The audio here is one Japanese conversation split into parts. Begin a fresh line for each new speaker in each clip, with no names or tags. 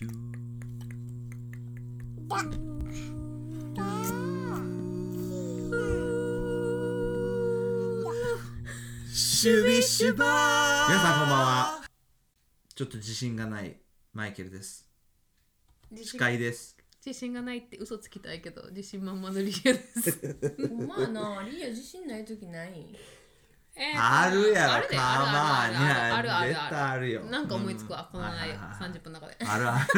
ドゥ
だだ
シュビシュバー皆さんこんばんはちょっと自信がないマイケルです
自
司
信
会です
自信がないって嘘つきたいけど自信満々の理由です。
ほんまやなリア自信ない時ない
えー
あるやろ
あるであるあるあるある
た
ある
まにあるよ
なんか思いつくわ、
うん
この
は
前
いはいはい
30分の中で。
あるある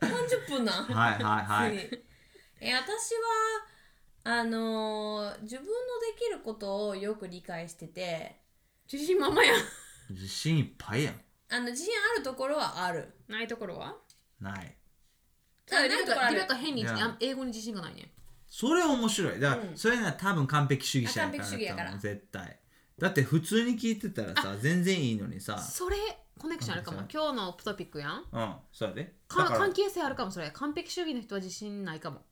30分なん
はい はいはい
次え私はあのー自分のできることをよく理解してて
自信満々や。
自信いっぱいやん
あの自信あるところはある
ないところは
ない
ただ
なん
リベ
か
あ
リ
る
ベカ変に
いや
あ英語に自信がないね。
それ面白いだから、
うん
それなら多分完璧主義者やから
あ完璧主義やから
多分絶対だって普通に聞いてたらさ全然いいのにさ
それコネクションあるかも
コネ。ク
今日のトピックやん。
うんそうやで
か
だから
関係性あるかもそれ。完璧主義の人は自信ないかも。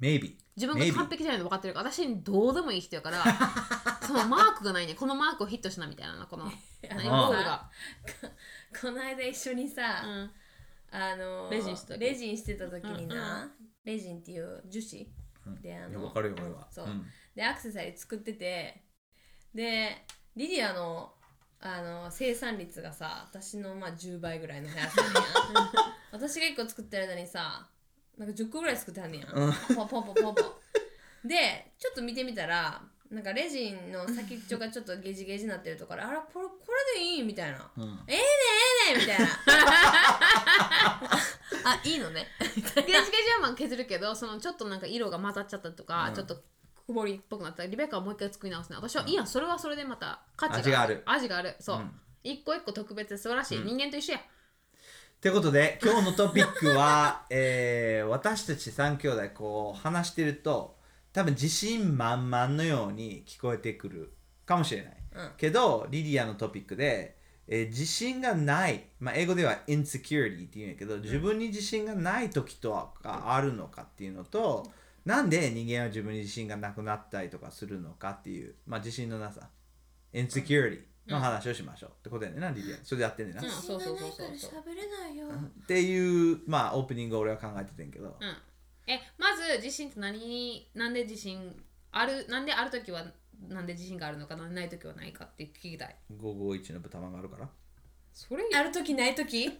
maybe
自分が完璧じゃないの分かってるから私にどうでもいい人やから そのマークがないねこのマークをヒットしなみ たいなのこの何
あー
ゴールが、
この間一緒にさ、
うん、
あのー
レジンした時
レジンしてた時にな、レジンっていう樹脂、であ
いや
の
わかるよ俺は、
そう、
ん
でアクセサリー作っててでリディアのあの生産率がさ私のまあ10倍ぐらいの早さ なんや私が1個作ってる間にさなんか10個ぐらい作ってはんねや、
うん
ポンポンポンポンポンでちょっと見てみたらなんかレジンの先っちょがちょっとゲジゲジになってるところあらこれこれでいいみたいな
うん
ええねええねみたいな あいいのね
ゲジゲジはまあ削るけどそのちょっとなんか色が混ざっちゃったとか、
うん
ちょっと曇りっぽくなったらリベカはもう一回作り直すね私は、いやそれはそれでまた価値が味があるそう、
うん
一個一個特別で素晴らしい、人間と一緒や
ってことで今日のトピックは、 えー私たち3兄弟こう話してると多分自信満々のように聞こえてくるかもしれない、
うん
けどリリアのトピックで、えー自信がない、まあ、英語では insecurity っていうんやけど自分に自信がない時とはがあるのかっていうのとなんで人間は自分に自信がなくなったりとかするのかっていう、まあ、自信のなさ insecurity の話をしましょう、ってことやねんなリリアそれでやってんねんな、
うんそうそうそうそう
自信がないから喋れないよ
っていうまあオープニングを俺は考えててんけど、
うんえまず自信って何になんで自信あるなんである時はなんで自信があるのかなんでない時はないかって聞きたい
551の豚まんがあるから
それ
ある時ない時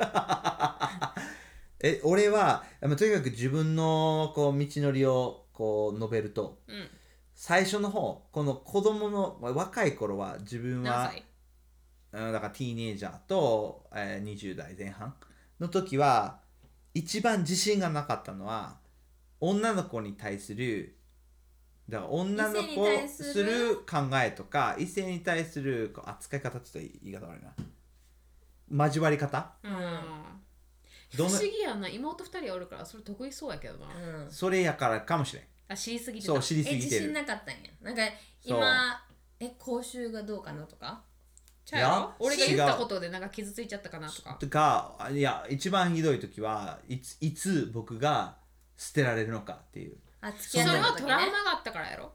え俺はまあとにかく自分のこう道のりをこう述べると
うん
最初の方この子供のまあ若い頃は自分
何
は
歳
うんだからティーネイジャーと、えー20代前半の時は一番自信がなかったのは女の子に対するだから女の子を
異性に対する
する考えとか異性に対するこう扱い方ちょっと言い方悪いな交わり方
うん不
どの
思議やな妹二人おるからそれ得意そうやけどな、
うん
それやからかもしれん
あ知りすぎてた
そう知りす
え
ぎて
自信
る
なかったんやなんか
そう
今え口臭がどうかなとか
ちゃうやろ
いや
俺が言っ
違
た
う
ことでなんか傷ついちゃったかなとか
とかあいや一番ひどい時はいついつ僕が捨てられるのかっていう
あ付
そ
き合
れ
いの
は
時
ト
ね
ラウマがあったからやろ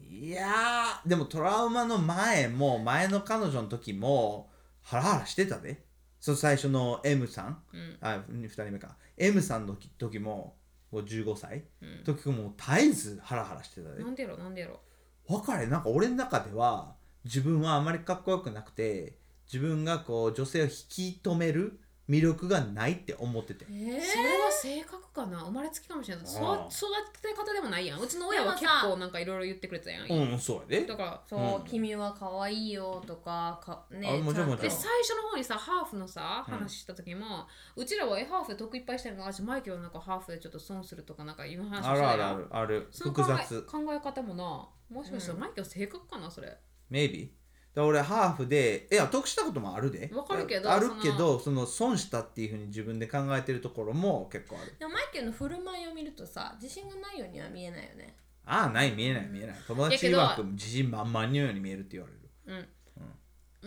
いやーでもトラウマの前も前の彼女の時もハラハラしてたでそう最初の M さん、
うん
あ2人目か M さんの時時ももう15歳、
うん
時もう絶えずハラハラしてたで
なんでやろなんでやろ
分かれなんか俺の中では自分はあまりかっこよくなくて自分がこう女性を引き止める魅力がないって思ってて
え
それは性格かな生まれつきかもしれないそ
ああ
育て方でもないやんうちの親は
で
結
もさ
構なんかいろいろ言ってくれてたやん、
うんそうやで
だから
ー、そう、
うん
君は可愛いよとかかね
あもち
ちゃん
ろん
と
も
で
ちろん
最初の方にさハーフのさ
うん
話した時も、うちらはえハーフで得意いっぱいしてるのがマイケルはなんかハーフでちょっと損するとかなんかいう話をして
ある
たや
ある
ん
あるある
その
複
考え
雑
考え方もなもしかしたらマイケル性格かなそれ
maybe だから俺ハーフでいや得したこともあるで
わかるけど
ああるけどその損したっていうふうに自分で考えてるところも結構ある
でもマイケルの振る舞いを見るとさ自信がないようには見えないよね
ああない見えない見えない友達
い
曰
やけ
く自信満々のように見えるって言われる
うん、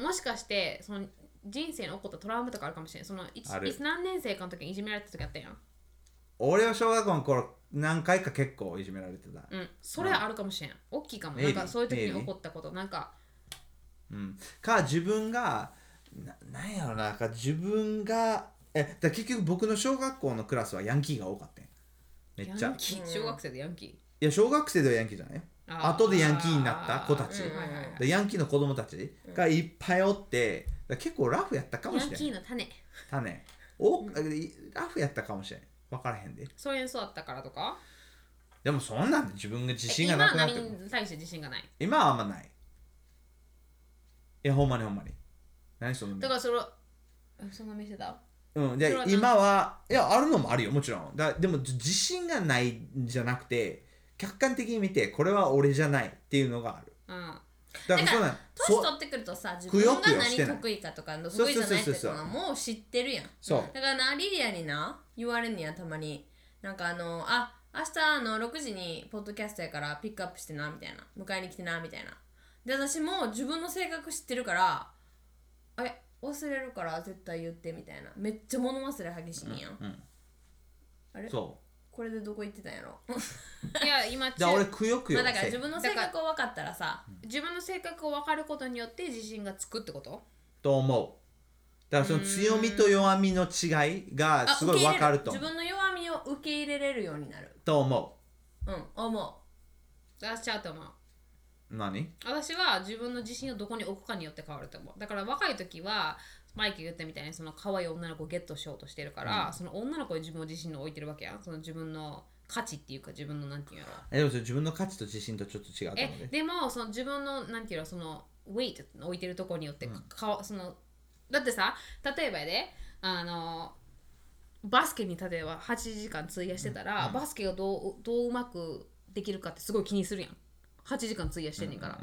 もしかしてその人生の起こったトラウマとかあるかもしれないそのいつ
ある
いつ何年生かの時にいじめられた時あったやん、
俺は小学校の頃何回か結構いじめられてた
うん、それあるかもしれん、大きいかも
Maybe
なんかそういう時に起こったことなんか
うん、か自分がななんやろななんか自分がえだから結局僕の小学校のクラスはヤンキーが多かったんめっち
ヤ
ゃ
ンキー小学生でヤンキー
いや小学生ではヤンキーじゃないよ
あー
後でヤンキーになった子たち
うんはいはいはい
でヤンキーの子供たちがいっぱいおってだから結構ラフやったかも
ヤ
し
ン
れ
キー
ない
の種
種おラフやったかもしれない分からへんで
そういうそうだったからとか
でもそんなんで自分が自信が
今
な
は
くなって
何
くる
に対して自信がない
今はあんまないいやほんまにほんまに何その目
だからそれえそんな目してた
うん、で
それは何
今はいやあるのもあるよもちろんだでもじ自信がないんじゃなくて客観的に見てこれは俺じゃないっていうのがある
うん
だから
だか
そう
ら
なん
年
そ
取
う
ってくるとさ自
く
分
よ
が
くよしてない
何得意かとか得意じゃないってことはもう知ってるやん
そう
だからなリリアにな言われんねやたまになんかあのあ明日あの6時にポッドキャストやからピックアップしてなみたいな迎えに来てなみたいなで私も自分の性格知ってるからえ忘れるから絶対言ってみたいなめっちゃ物忘れ激しいんやん、
うん
あれ
そ
これでどこ行ってたんや ろ
いや今
うだから俺
中
くよく
ま
よ
あだから
せえ
自分の性格を分かったらさ
自分の性格を分かることによって自信がつくってこと
と思うだからその強みと弱みの違いが
あ
すごい分かると
受け
思う
入れる自分の弱みを受け入れれるようになる
と思
うん思
私ちゃうと思う
う何
私は自分の自信をどこに置くかによって変わると思うだから若い時はマイク言ったみたいにその可愛い女の子をゲットしようとしてるから、その女の子に自分を自信を置いてるわけやんその自分の価値っていうか自分のなんていうの
えでもそれ自分の価値と自信とちょっと違うと思う
え
で
でもその自分のなんていうのそのウェイト置いてるとこによってか、わそのだってさ例えばやであのバスケに例えば8時間費やしてたら、バスケがどうどううまくできるかってすごい気にするやん8時間費やしてんねんから、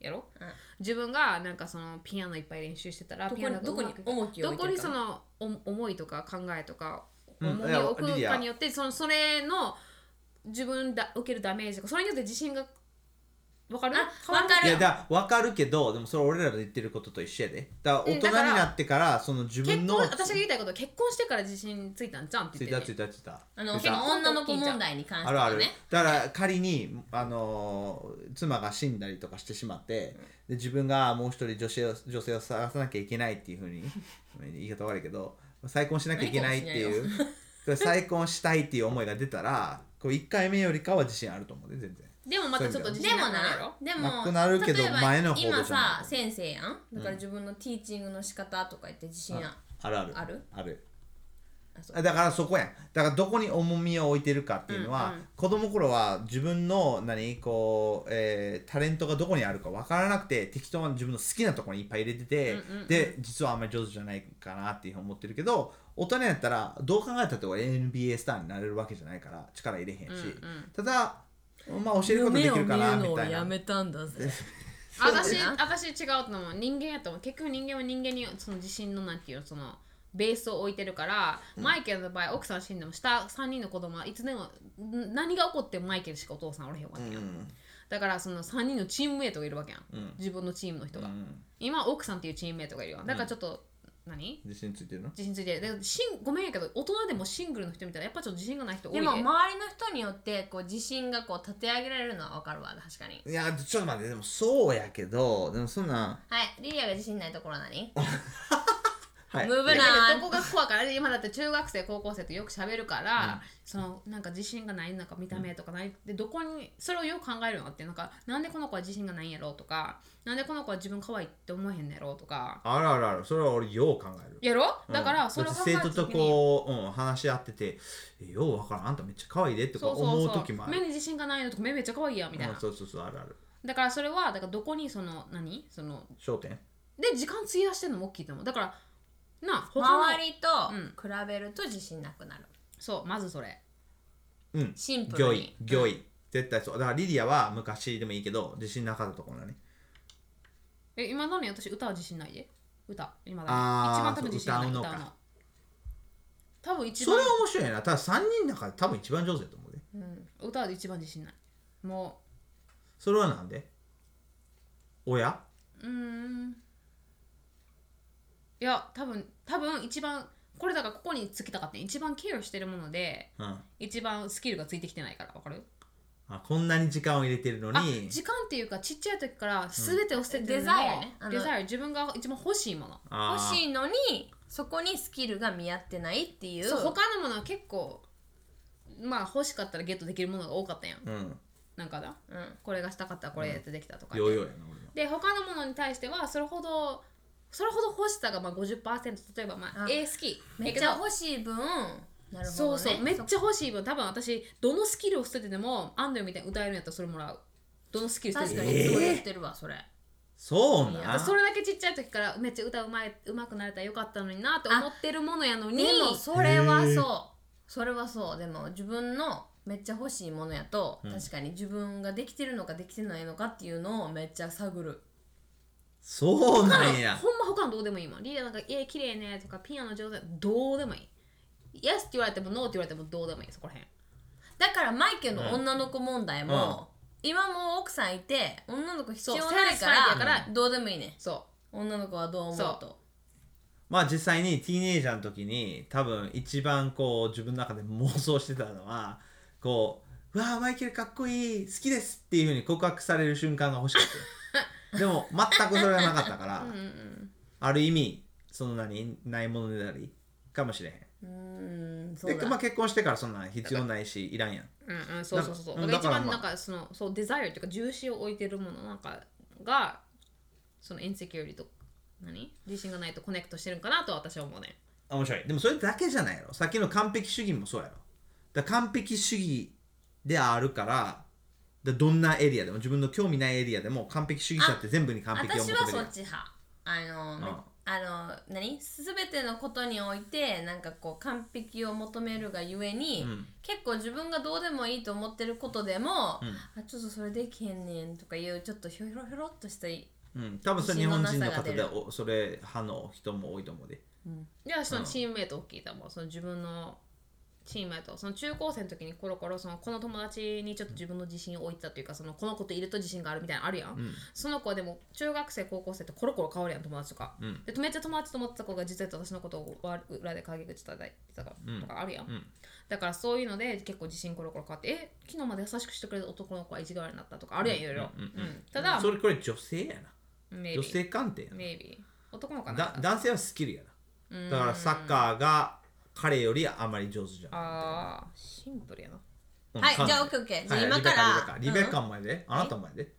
やろ、
うん
自分がなんかそのピアノいっぱい練習してたら
どこ
ピアノが
どこに
うまく
重きを置いてるか
どこにそのお思いとか考えとか
うん
重みを置
いやリ
く
リ
か
ア
によって、そのそれの自分だ受けるダメージとかそれによって自信がわかる
あ
変わ
わか
い
る
やだから分かるけどでもそれ俺らの言ってることと一緒やでだから大人になってからその自
結婚
分の
私が言いたいことは結婚してから自信ついたんじゃんって
つい
言
た
って
つ
る、
いたついた
あの
で
結
さ
構女の子問題に関して
あるあ
は
る
ね
だから仮に、あのー妻が死んだりとかしてしまって、で自分がもう一人女性を女性を探さなきゃいけないっていうふうに 言い方悪いけど再婚しなきゃいけないっていう 再婚したいっていう思いが出たらこう1回目よりかは自信あると思うで全然
でもまたちょっと自
で
信
も
なくなるや
な
ろ
で
な
も
くなるけど
例えば
前の方
今
じゃな
さ
い
先生やんだから自分のティーチングの仕方とか言って自信あ
あるある
ある
ある
あそう
だからそこやんだからどこに重みを置いてるかっていうのは、子供頃は自分の何こう、えータレントがどこにあるか分からなくて適当な自分の好きなところにいっぱい入れてて、で実はあんまり上手じゃないかなっていうふうに思ってるけど大人やったらどう考えたって俺 NBA スターになれるわけじゃないから力入れへんし、ただまあ教えることできるかなみたいな。
たんだぜ
私
そうだ
私違うと思う人間やと思う結局人間は人間にその自信のなんていうのそのベースを置いてるから、マイケルの場合奥さん死んでも下3人の子供はいつでもん何が起こってもマイケルしかお父さんおれへんわけやん、だからその3人のチームメイトがいるわけやん、自分のチームの人が、
うん
今奥さんっていうチームメイトがいるよだからちょっと、何
自信ついてるの
自信ついてるでシンごめんやけど大人でもシングルの人みたいなやっぱちょっと自信がない人多い
で
で
も周りの人によってこう自信がこう立て上げられるのは分かるわ確かに
いやちょっと待ってでもそうやけどでもそんな
はいリリアが自信ないところは何
はい
ムーブ
だ
な
けど
な
どこが怖いから今だって中学生高校生とよく喋るから、そのなんか自信がないなんか見た目とかない、でどこにそれをよく考えるのってなんかなんでこの子は自信がないんやろうとかなんでこの子は自分可愛いって思えへんのやろうとか
あるあるあるそれは俺よう考える
やろだか
う
ら
ん
それを考え
だ
る
って生徒とこう、うん、話し合っててえようわからんあんためっちゃ可愛いでとか
そうそ
思
う
う
そう
時もある
目に自信がないのとか目めっちゃ可愛いやみたいな、
うんそうそうそうあるある
だからそれはだからどこにその何その
焦点
で時間費やしてんのも大きいと思うだからなあ他の
周りと比べると自信なくなる
そうまずそれ
うん
シンプ
御
ルに
意御意絶対そうだからリディアは昔でもいいけど自信なかったところだね
え今何私歌は自信ないで歌今だに
あー
一番多分自信がない
そ
歌
う歌う
う
の
の多分一
それ
番
は面白いなただ3人の中で多分一番上手だと思うで
歌は一番自信ないも
それはなんで親
ううーんいや多分多分一番これだからここにつきたかった一番ケアしてるもので
うんあ
一番スキルがついてきてないからわかる
あこんなに時間を入れてるの
あ
に
時間っていうかちっちゃい時から全てを捨ててる
デザイアねあの
デザイア自分が一番欲しいもの
あー
欲しいのにそこにスキルが見合ってないっていう
そう他のものは結構まあ欲しかったらゲットできるものが多かったやん
うん
なんかだ
うん、
これがしたかったらこれやってできたとか、
ヨーヨーやな俺は
で他のものに対してはそれほどそれほど欲しさがまあ50%例えばまあ
あ
絵好き
めっ
やけ
ち
ど
ゃ欲しい分なるほど、ね、
そうそうめっ
ゃ
ちゃ欲しい分多分私どのスキルを捨ててでもアンドよみたいに歌えるんやったらそれもらうどのスキル捨てて
確か
で
に
も、
い
えー
つも言ってるわそれ、
そう
あ
な
それだけちっちゃい時からめっちゃ歌うまいうまくなれたらよかったのになと思ってるものやのに
でもそれは
へー
そうそれはそうでも自分のめっちゃ欲しいものやと、
うん
確かに自分ができてるのかできてないのかっていうのをめっちゃ探る
そうなんや
ほんま他のどうでもいいもんリーダーなんか「家綺麗ね」とか「ピアノ上手」どうでもいい「イエス」って言われても「ノー」って言われてもどうでもいいそこらへん
だからマイケルの女の子問題も、今もう奥さんいて女の子必要ないか
そう
ら
サティスファイドやから
どうでもいいね
そ
女の子はどう思う
そ
と
まあ実際にティーネイジャーの時に多分一番こう自分の中で妄想してたのはこう「うわーマイケルかっこいい好きです」っていうふうに告白される瞬間が欲し かったよでも全くそれがなかったから、
ううんうん
ある意味その何ないものねだりかもしれ
う
へん
ーんそう
で、
だ、
まあ、結婚してからそんなん必要ないしいらんやん
うんうんそうそうそうそう
だ
だ
か
からら
だ
一番
からまあ
なんかそのそうデザイアというか重視を置いてるものなんかがそのインセキュリティと何自信がないとコネクトしてるんかなと私は思うね
あ面白いでもそれだけじゃないやろさっきの完璧主義もそうやろだから完璧主義であるからだどんなエリアでも自分の興味ないエリアでも完璧主義者って全部に完璧を求
私
める
は
やん
そっち派あのめ
あ
あの何全てのことにおいてなんかこう完璧を求めるがゆえに、
うん
結構自分がどうでもいいと思ってることでも、
うん
あちょっとそれできへんねんとかいうちょっとひょろひょろっとしたい
うん、多分それ日本人の方
自信
で
のなさが出
おそれ派の人も多いと思うで
で私
うん
のチームメイトを聞いたもんその自分のチームメイトその中高生の時にコロコロそのこの友達にちょっと自分の自信を置いてたというかそのこの子といると自信があるみたいなのあるやん、
ん
その子はでも中学生高校生ってコロコロ変わるやん友達とか、
うん
でめっちゃ友達と思ってた子が実は私のことをわ裏で陰口叩いてたからとかあるやん、
うん
だからそういうので結構自信コロコロ変わってえ昨日まで優しくしてくれた男の子は意地悪になったとかあるやんいろいろ、
うんうんうん
ただ
それこれ女性やな
maybe,
女性観点や
maybe 男の子か
な
な
だ男性はスキルやなだからサッカーが彼よりあまり上手じゃない
ああシンプルやな
うん
はい
かん
じゃあ OKOK
はい
今から
リベカリベカお前で、あなたお前で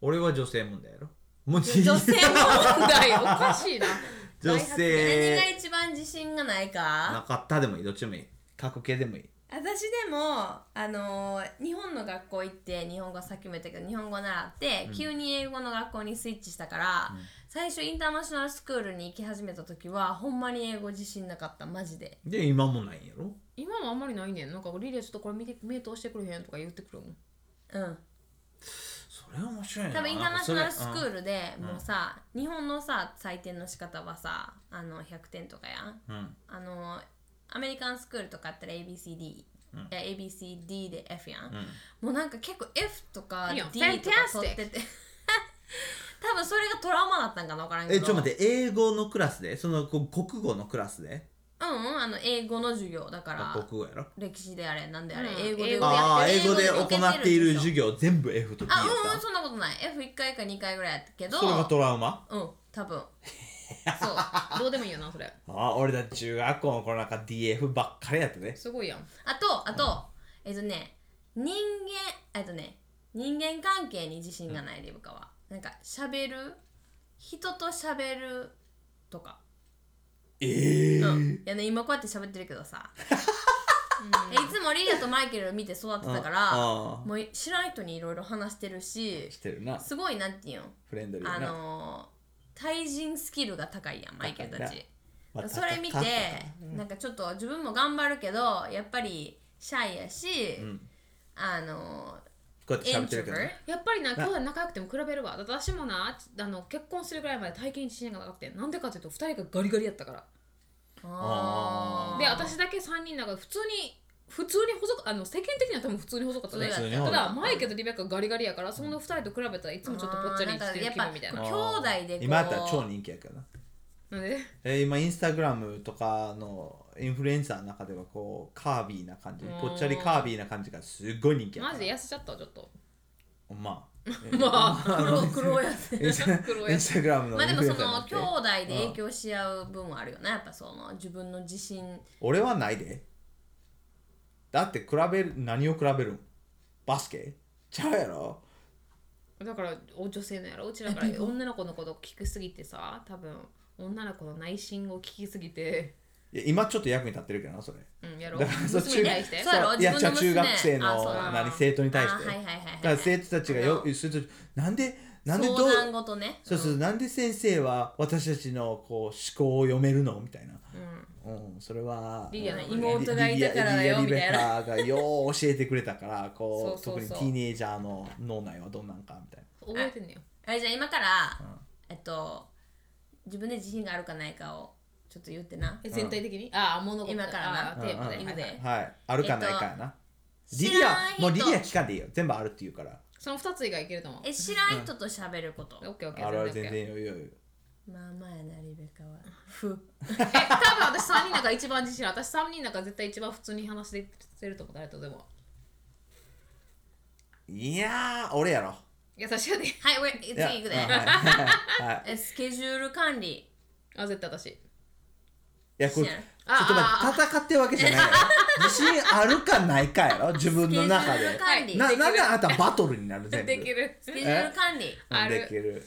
俺は女性問題やろもう女
女性も
問題おかしいな
女
何が
性
一番自信がない
な
か
かったでもいいどっちでもいい過去形でもいい
私でもあのー日本の学校行って日本語さっきも言ったけど日本語習って、急に英語の学校にスイッチしたから、最初インターナショナルスクールに行き始めた時はほんまに英語自信なかったマジで
で今もないんやろ
今もあんまりないねんなんかリレーちょっとこれ見て目通してくれへんとか言ってくるもん
うん
それは面白いな
多分インターナショナルスク
ル
ールでもうさ、日本のさ採点の仕方はさあの100点とかやん
うん
あのアメリカンスクールとかあったら ABCD、いや ABCD で F やん、もうなんか結構 F とか
いいよ
D とか取って て多分それがトラウマだったんかな分からんけ
え
ど
ちょっと待って英語のクラスでそのこ国語のクラスで
うんうんあの英語の授業だか
あ
ら
国語やろ
歴史であれなんであれ、
うん
英語で
英語で
ああー
や
英語で行っている授
業
業全部 F と D やっ
あうんうん
た
そんなことない F1 回か2回ぐらいやったけど
それがトラウマ
うん多分
そうどうでもいいよなそれ
ああ俺たち中学校の頃なんか DF ばっかりやったね
すごいやん
あとあと、えっとね人間えっとね人間関係に自信がないリブカは、なんか喋る人と喋るとか、
ええ
うん、いやね今こうやって喋ってるけど さえいつもリリアとマイケル見て育ってたから
あ
もう知らん人にいろいろ話してるし
してるな
すごいなんていうん
フレンドリー
あ
やな
のー対人スキルが高いやんマイケルた
高い
ち。
まあ
それ見て
たた
なんかちょっと自分も頑張るけどやっぱりシャイやし、
ん
あの
こうやって
イ
喋
ン
って
トロ
るけどね
やっぱりな兄弟仲良くても比べるわだって私もなあの結婚するぐらいまで体験自信がなかったよなんでかっていうと2人がガリガリやったから
あー
で私だけ3人だから普通に普通に細くあの世間的には多分普通に細かったね
そうだ
よ
ただマイケルとリベッカがガリガリやからその2人と比べたらいつもちょっとぽっちゃりしてる気分みたいな
兄弟でこう
今やったら超人気やからな
なんで
えー今インスタグラムとかのインフルエンサーの中ではこうカービーな感じ
うん
ぽっちゃりカービーな感じがすっごい人気やから
マジで痩せちゃったちょっと
まあ、
まあ
黒 黒やつ
えーインスタ
黒い
インスタグラムの
まあ
イ
で
ン
も
フル
そ
エンサーにな
の
って
兄弟で影響し合う分はあるよねやっぱその自分の自信
俺はないでだって比べる何を比べるんバスケちゃうやろ
だからお女性のやろうちらから女の子のこと聞きすぎてさ多分女の子の内心を聞きすぎ て
いや今ちょっと役に立ってるけどなそれ
うんやろう
だからそう
娘に対して
中そうやろ
い
自
や
分の
じゃあ中
娘
学生
あそう
の
だ
何生徒に対して、
あーはいはいはい
だか
はい
ら生徒たちがよ
う
くするとなんでなんでどう
相談事ね
そうそう、なんで先生は私たちのこう思考を読めるのみたいな、うん、それは
リリアの
うん
妹がいたからだよ
リリアリベ
みたい
カがよう教えてくれたからこう
そうそうそう
特にティーネイジャーの脳内はどんなんかみたい
覚えてんねよ
あれじゃあ今から、
ん
えっと自分で自信があるかないかをちょっと言ってな
え全体的にああ物事
今からな
あーテーマ
うん
で
うん
今で
はいはい
なはいあるかないかやな、リリ
知らん
ア
人
もうリリア聞かんでいいよ全部あるって言うから
その2つ以外いけると思う
え知らん人と喋ること、
オッケーオッケ
あれは
ー
全
全然 OK
然余裕
まあまあやなリベカはふ
え多分私3人だから一番自信ある私3人だから絶対一番普通に話してると思う誰とでも
いやー俺やろ
優しいよね
はいおい次
いや
行くで、
うんはいはいはい
えスケジュール管理
あ絶対私
いやこ
知
れち
ら
ょ
ん
っと待って戦ってるわけじ ゃないよ自信あるかないかやろ自分の中
スケジュール
で
管理
ななんであなたバトルになる全部
できる
スケジュール管理
うん
ある
できる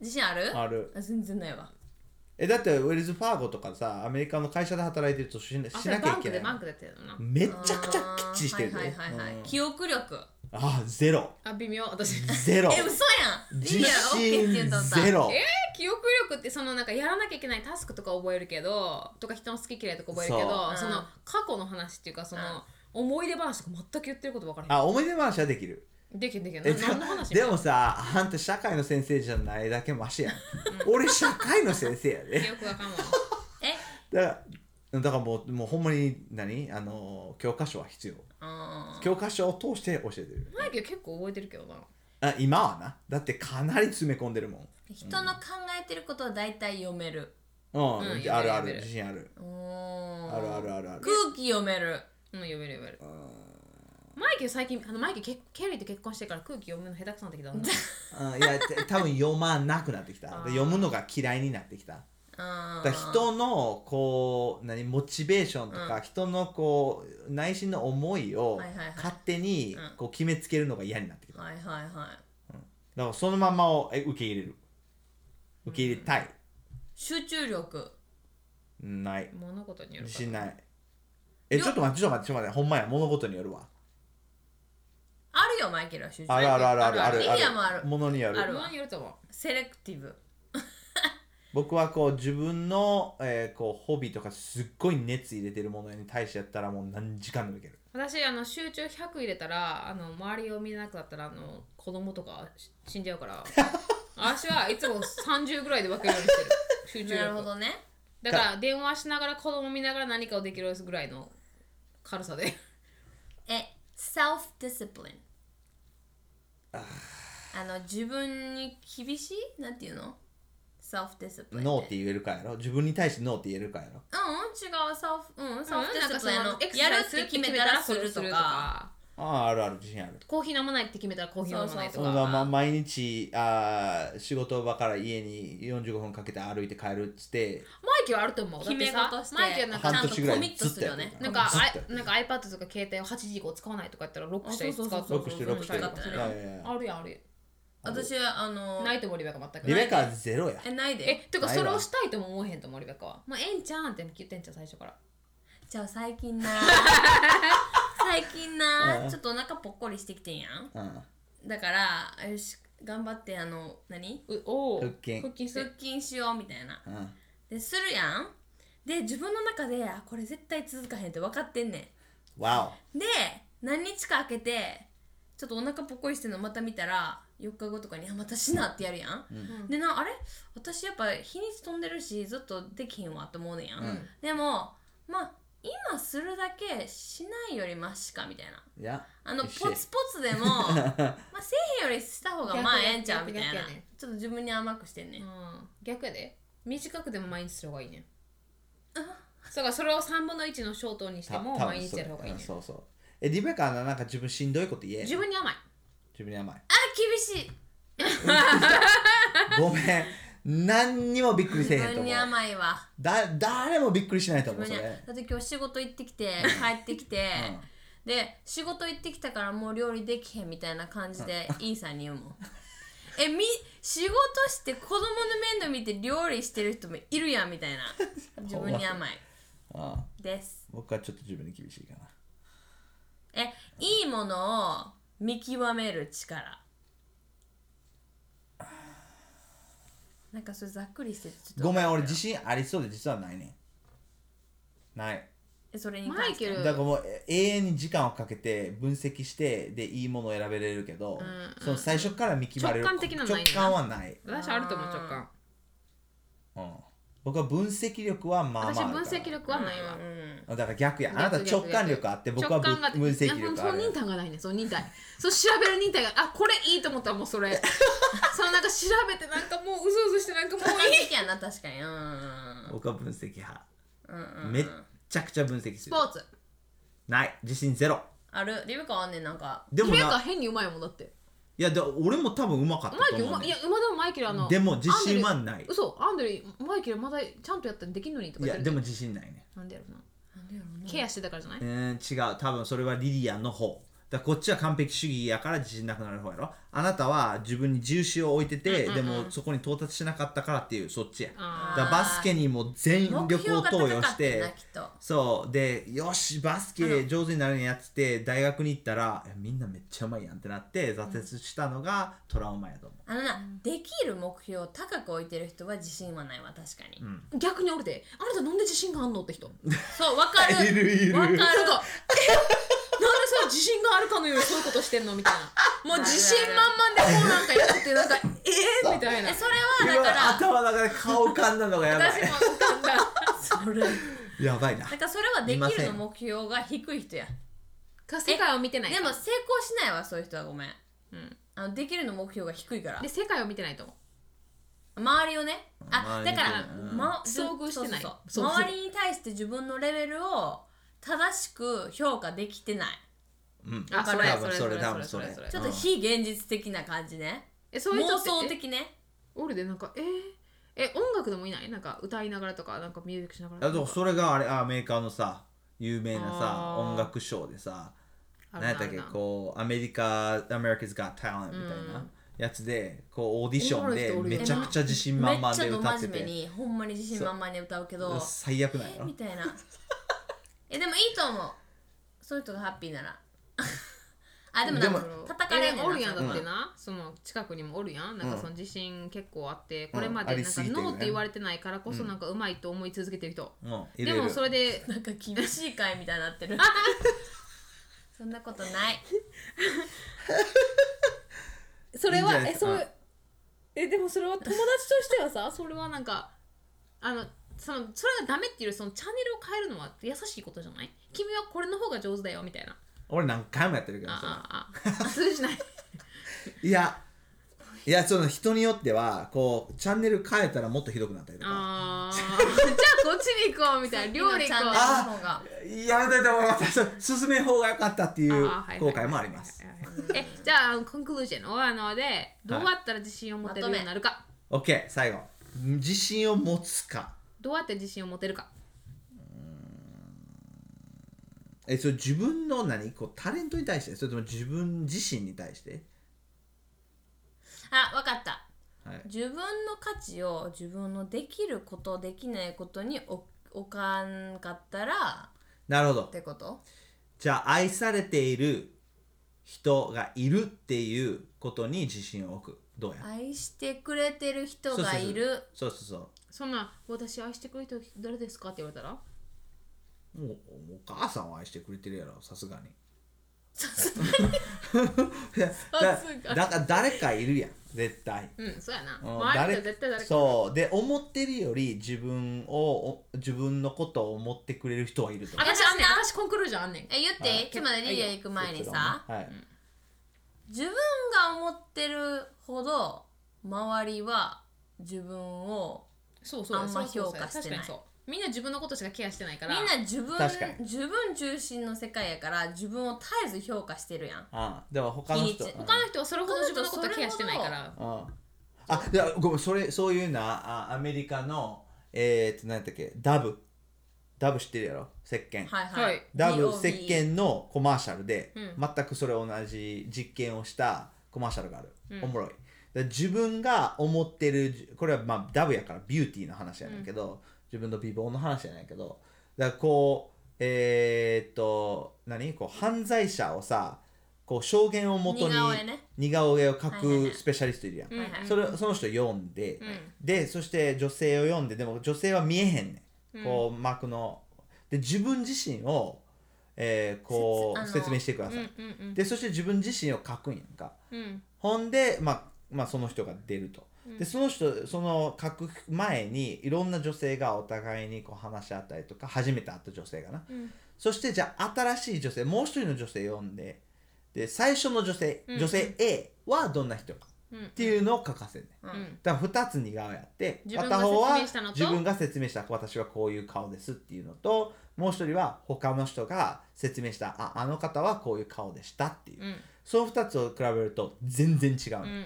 自信ある
ある
全然ないわ
えだってウェルズ・ファーゴとかさアメリカの会社で働いてるとししな
あ
き
それ
ゃ
バ
い
ン
け
クで
な
バン
い
クでやってるのな
めちゃくちゃきっちりしてるで、
あーはいはいはい、はい
うん
記憶力
あーゼロ
あ微妙私
ゼロ
え嘘やん
自
リベカ OK って言う
信
とった
ゼロ
え記憶力ってそのなんかやらなきゃいけないタスクとか覚えるけどとか人の好き嫌いとか覚えるけど
そう
そ
うん
の過去の話っていうかその思い出話とか全く言ってること分からへん
あ思い出話はできる
できんできんな
えで
何
も
の話
でもさあんた社会の先生じゃないだけマシやん俺社会の先生やで
記憶わかんない
え
だからだからもうもうほんまに何あの教科書は必要
あー
教科書を通して教えてる
ないけど結構覚えてるけどな
あ今はなだってかなり詰め込んでるもん
人の考えてることは大体読める
うん、
うん
あるあ
読める
る自信あるあ
あ
るあるあるある
空気読める
うん読める読めるマイケル最近あのマイケルけケリーと結婚してから空気読むの下手くそになってきたもん
うんいやて多分読まなくなってきたで
あー
読むのが嫌いになってきた
あー
だから人のこう何モチベーションとか、人のこう内心の思いを
はいはいはい
勝手に
うん
こう決めつけるのが嫌になってきた
はいはいはい
だからそのままをえ受け入れる受け入れたい、
集中力
ない
物事による
自
から
信ないえちょっと待ってちょっと待ってちょっと待ってほんまや物事によるわ
あるよマイケルは集中
あるあるあるあるある
ある意味はもうある
ものによる
ある
物によると思う
セレクティブ
僕はこう自分の、えーこうホビーとかすっごい熱入れてるものに対してやったらもう何時間でもいける
私あの集中100入れたらあの周りを見れなくなったらあの子供とかし死んじゃうから私はいつも30ぐらいで分けるようにしてる集中
なるほ
力
どね
だから電話しながら子供見ながら何かをできるぐらいの軽さで
え self discipline あの自分に厳しいなんていうの self discipline
ノーって言えるかやろ自分に対してノーって言えるかや
うん
ろ
違う self うん self
なんかそ
discipline の
エクサ
や
サイ
る
ズ
っ
する
て決めたらす
それ
るとか
あああるある自信ある
コーヒー飲まないって決めたらコーヒー飲まないと
そ
か
のまま毎日あー仕事場から家に45分かけて歩いて帰るっつって
マイケはあると思うだ
決
って
め
さ
事して
マイケはなんか
半年ぐら
ちゃんとコミ
い
ット
ず
す
っと
るよ
や
ね
って
なん
る
か
ずっとやって
あ
る
なんか iPad とか携帯を8時以降使わないとか言ったらロックしたり使うとか
あそうそうそうそう
ロックしてるロ
ロッ
ックしてる
クしたりと
い
か
やいやいや
あるやんあるや
私はあの
んないと思うリベカ全く
リベカはゼロや
えないで
えてか
ない
そ
わ
れをしたいとも思えへんと思うリベカはもうええんちゃうんって言ってんちゃう最初から
じゃあ最近 な最近なちょっとお腹ぽっこりしてきてんやん
うん
だからよし頑張ってあの何
うおお
腹筋
腹筋す
腹
る
筋しようみたいな
うん
でするやんで自分の中であこれ絶対続かへんって分かってんね
わ
んで何日か空けてちょっとお腹ぽっこりしてんのまた見たら4日後とかにあまたしなってやるやん、
ん
でなあれ私やっぱ日にち飛んでるしずっとできひんわと思うねんやん、
うん
でもまあ今するだけしないよりマシかみたいな
おいや
あのポ
一
ツ
緒や
ポツで もまあせえへんよりした方がまあ
逆や
ええんちゃうみたいな
逆やね
ちょっと自分に甘くしてんね、
うん逆やで短くでも毎日する方がいいねそうかそれを3分の1のショートにして
た
も
多分
毎日やる方がいいね
そううんそうそうえリベカはなんか自分しんどいこと言え
自分に甘い
自分に甘い
あ厳しい
ごめん何にもびっくりせえへん
自分
と思
に
う
甘いわ
だ誰もびっくりしないと思う
自
そ
分に
れ
だって今日仕事行ってきて帰ってきて、で仕事行ってきたからもう料理できへんみたいな感じでインさんに言うもん えみ仕事して子供の面倒見て料理してる人もいるやんみたいな自分に甘い
うんうん
です
僕はちょっと自分に厳しいかな
えいいものを見極める力なんかそれざっくりしててちょっと
ごめん俺自信ありそうで実はないねんない
えそれに
マイ
関して
ケル
だからもうえ永遠に時間をかけて分析してでいいものを選べれるけど、その最初から見決まれる
直感的なのないねんな
直感はない、
私あると思う直感
うん、僕は分析力はまあまあ
私
あるから
分析力はないわ
うん
だから逆やあなた直感力あって僕はぶ
直感が
分析力あ
そう忍
る
耐がないねそう忍耐そう調べる忍耐があこれいいと思ったらもうそ れそのなんか調べてなんかもううずうずしてなんかも う
直感
いい
的やな確かにうん
僕は分析派
うんうん
めっちゃくちゃ分析す
ス
る
ポーツ
ない自信ゼロ
あるリブカはねなんか
でも
リベカ
な
変にうまいもんだって
いやだ俺も多分うまかっ
マイケ
たと
ルう
思う、
まい
ね
や馬でもマイケルあの
でも自信はない
アンドリュー嘘アンドリューマイケルまだちゃんとやったらできんのにとか
い
言っ
や
てる
でも自信ないね
なんでやろな
なんでやろうね
ケアしてたからじゃないう
ーん違う多分それはリリアの方だからこっちは完璧主義やから自信なくなる方やろあなたは自分に重心を置いてて、でもそこに到達しなかったからっていうそっちやだ
あ
からバスケにも全力
目標
を
が
投
高か
与
っ
したて
なきっと
そうでよしバスケ上手になるんやっつって大学に行ったらえみんなめっちゃうまいやんってなって挫折したのがトラウマやと思
あのな、できる目標を高く置いてる人は自信はないわ確かに、
ー逆におるであなたなんで自信があんのって 人
そうわ かる
いるいる
わかる
なんかえなんでそう自信があるかのようにそういうことしてんのみたいなもう自信満々でこうなんかやっててなんかえー、みたいな
え
私
それ
う
はだから
今頭の中で顔浮かんだのがやばい
も浮かんだ
それだ
やばいな
からそれはできるの目標が低い人や
か世界を見てない
でも成功しないわそういう人はごめん、うん、あのできるの目標が低いから
で世界を見てないと思う
周りをねあ
周り
だ
に
から、
うん
ま、
遭遇してない
そうそう
そう
そう周りに対して自分のレベルを正しく評価できてない
うん
あそれ
多分
そ
そ
れそ
れ
れ
多分それ
それそれ
ちょっと非現実的な感じね、
えそういう人
妄
って
想的ね
オールでなんかえー、え音楽でもいないなんか歌いながらとかなんかミュージックしなが
あ
ら
とそれがあれあメーカーのさ有名なさ
あー
音楽ショーでさ
ある
何
な
やったっけ
あるな
こうアメリカ「America's Got Talent」みたいなやつでこうオーディションで
おもろい人おるよ
め
な
ちゃくちゃ自信
めっ
満々
ちゃ
で
ど
歌っ
真
て
面目
て
にほんまに自信満々に歌うけど
最悪なんやろ
みたいな えでもいいと思うそういう人がハッピーなら あでもなんか
で
叩かれん
え
ね
ー
ん
お
な
るやん
そ
だ
の
ってな、その近くにもおるやんなんかその自信結構あって、これま
あ
で
り
なん
す
か
ぎてるね
ノーって言われてないからこそなんかうまいと思い続けてる人、
うんいる
で
い
も
る
それで
なんか厳しい会みたいになって るそんなことない
そ
れはいいんじゃないですかえそう
えでもそれは友達としてはさ それはなんかあのそのそれがダメっていうよりそのチャンネルを変えるのは優しいことじゃない君はこれの方が上手だよみたいな
俺何回もやってるけどさ
ああああ通じない
いやいやその人によってはこうチャンネル変えたらもっとひどくなったりとか
あーじゃあこっちに行こうみたいな料理
ち
行
ゃん
こう
と
あ
の方が
やめといた方がよかった 進めん方が良かったっていう
あー
後悔もあります。
はいはいはいはいえじゃあコンクルージョンはのでどうやったら自信を持てるようになるか、
OK 最後自信を持つか
どうやって自信を持てるか
えそれ自分の何こうタレントに対してそれとも自分自身に対して
あわかった
はい
自分の価値を自分のできることできないことにお置かんかったら
なるほど
ってこと
じゃあ愛されている人がいるっていうことに自信を置くどうや
愛してくれてる人がいる
そうそうそう
そんな私愛してくれる人誰ですかって言われたら
もうお母さんを愛してくれてるやろさすがに さすがにだだから誰かいるやん絶対、
うんそうやな
うん
周りの人絶対誰か
そうで思ってるより自分をお自分のことを思ってくれる人はいると思う
私あんねん私コンクルージョンあんねん
え言っていいつまりリリア行く前にさ
はい、
自分が思ってるほど周りは自分を
そうそうだよ
あんま
そうそうそう
評価して
確
ない
かにそうみんな自分のことしかケアしてないか
みん
ら
な自分
確かに
自分中心の世界やから自分を絶えず評価してるやん
あでも他の人
日にち
うん
他の人はそれほど自分のことケアしてないから
ああいやごめんそれそういうなあアメリカのえー、っと何だっけダブダブ知ってるやろ石鹸
はいはい、
はい
ダブ
DOB
石鹸のコマーシャルで、
うん
全くそれ同じ実験をしたコマーシャルがある、
うん
おもろいだから自分が思ってるじこれはまあダブやからビューティーの話やねんけど、自分の美貌の話やねんけどだからこうえー、っと何こう犯罪者をさこう証言をもとに
似顔絵ね
似顔絵を描
はいはいはい
くスペシャリストいるやん、
うん
はいはい
それその人読んで、
うん
でそして女性を読んででも女性は見えへんねん、
うん
こう幕ので自分自身を、えーこ
せつあ
う
の
説明してくだ
う
さい、
んうんうん
でそして自分自身を書くんやんか
うん
ほんで、まあ、まあその人が出ると、
うん
でその人その書く前にいろんな女性がお互いにこう話し合ったりとか初めて会った女性がな
うん
そしてじゃあ新しい女性もう一人の女性呼んでで最初の女性
うん
女性 A はどんな人か
うん
っていうのを書かせるねん
う
うんん
だから2つ似顔絵やって
自分が
片方は
説明したのと
自分が説明した私はこういう顔ですっていうのともう一人は他の人が説明したああの方はこういう顔でしたっていう、
うん
その2つを比べると全然違うの、
うんうん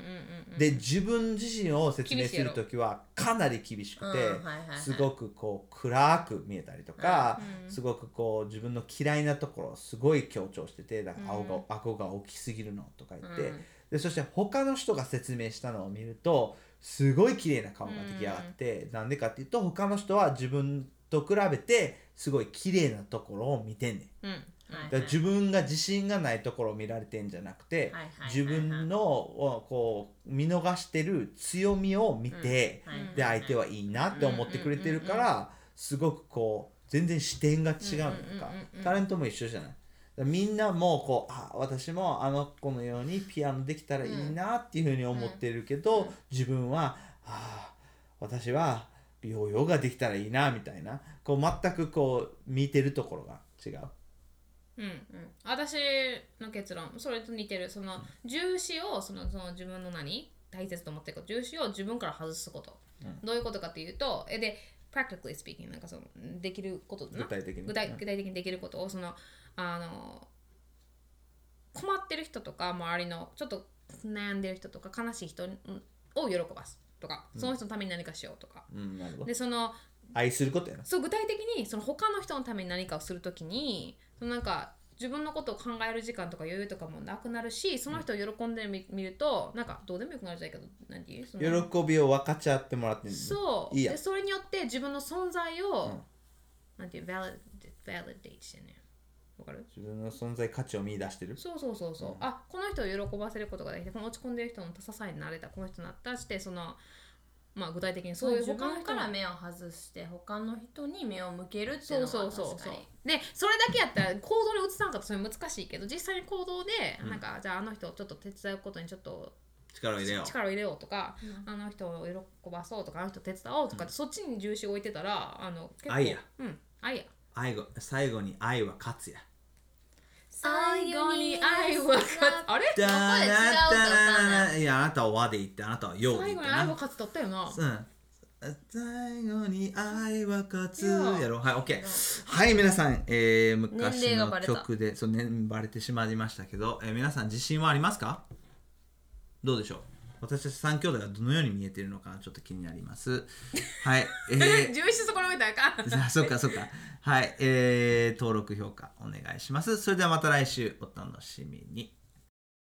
うん
で自分自身を説明する時はかなり厳しくて、
うんはいはいはい
すごくこう暗く見えたりとか、
うん
すごくこう自分の嫌いなところをすごい強調しててだから顎が,、顎が大きすぎるのとか言って、
うん
でそして他の人が説明したのを見るとすごい綺麗な顔が出来上がって、なんでかっていうと他の人は自分と比べてすごい綺麗なところを見てんねん。
うん
だから自分が自信がないところを見られてんじゃなくて、
はいはいはいはい
自分のおこう見逃してる強みを見て、
はいはい
で相手はいいなって思ってくれてるから、すごくこう全然視点が違うのか、タレントも一緒じゃない。だからみんなもこうあ私もあの子のようにピアノできたらいいなっていうふうに思ってるけど、自分は、ああ私はヨーヨーができたらいいなみたいなこう全くこう見てるところが違う。
うんうん私の結論それと似てるその重視をそのその自分の何大切と思ってること重視を自分から外すこと、どういうことかというとえで practically speaking なんかそのできることだな
具体的に
具体具体的にできることをそのあの困ってる人とか周りのちょっと悩んでる人とか悲しい人を喜ばすとかその人のために何かしようとか、
うん、なるほど
でその
愛することやな。
そう具体的にその他の人のために何かをするときにそのなんか自分のことを考える時間とか余裕とかもなくなるしその人を喜んでみ見るとなんかどうでもよくなるじゃないけど何て言うその
喜びを分かち合ってもらってんの
そう
いいや
でそれによって自分の存在を、
うん
なんていう valid validate してねわかる
自分の存在価値を見出してる
そうそうそうそう、あこの人を喜ばせることができてこの落ち込んでる人の支えになれたこの人になったしてそのまあ具体的にそ
そ
う
う
い
いうう
他の
自分
人
か
の
ら目を外して他の人に目を向けるってい
そうう
のは確か
そう
に
そうそうでそれだけやったら行動に移さなかったらそれ難しいけど実際に行動で、なんかじゃああの人をちょっと手伝うことにちょっと
力を入れよ
力を入れようとか、あの人を喜ばそうとかあの人を手伝おうとか、そっちに重視を置いてたらあの結構
愛や
うん愛や
愛ご最後に愛は勝つや
最後に愛は
は
勝つ
勝つあれ
だ
こで違う歌歌わない
いやあなたは和で言ってあなたは洋で
最
言
後に
って
愛は
な
勝つとったよな
うん最後に愛は勝つ
いや
やろはい OK はい皆さん、えー、
年
昔
齢が
の
バレた
曲でそう年バレてしまいましたけど、えー皆さん自信はありますかどうでしょう私たち3兄弟がどのように見えているのかちょっと気にな りますはい、え ー、
重視そこに置いたらあかん
あ そうかそうかはいえー、登録評価お願いしますそれではまた来週お楽しみに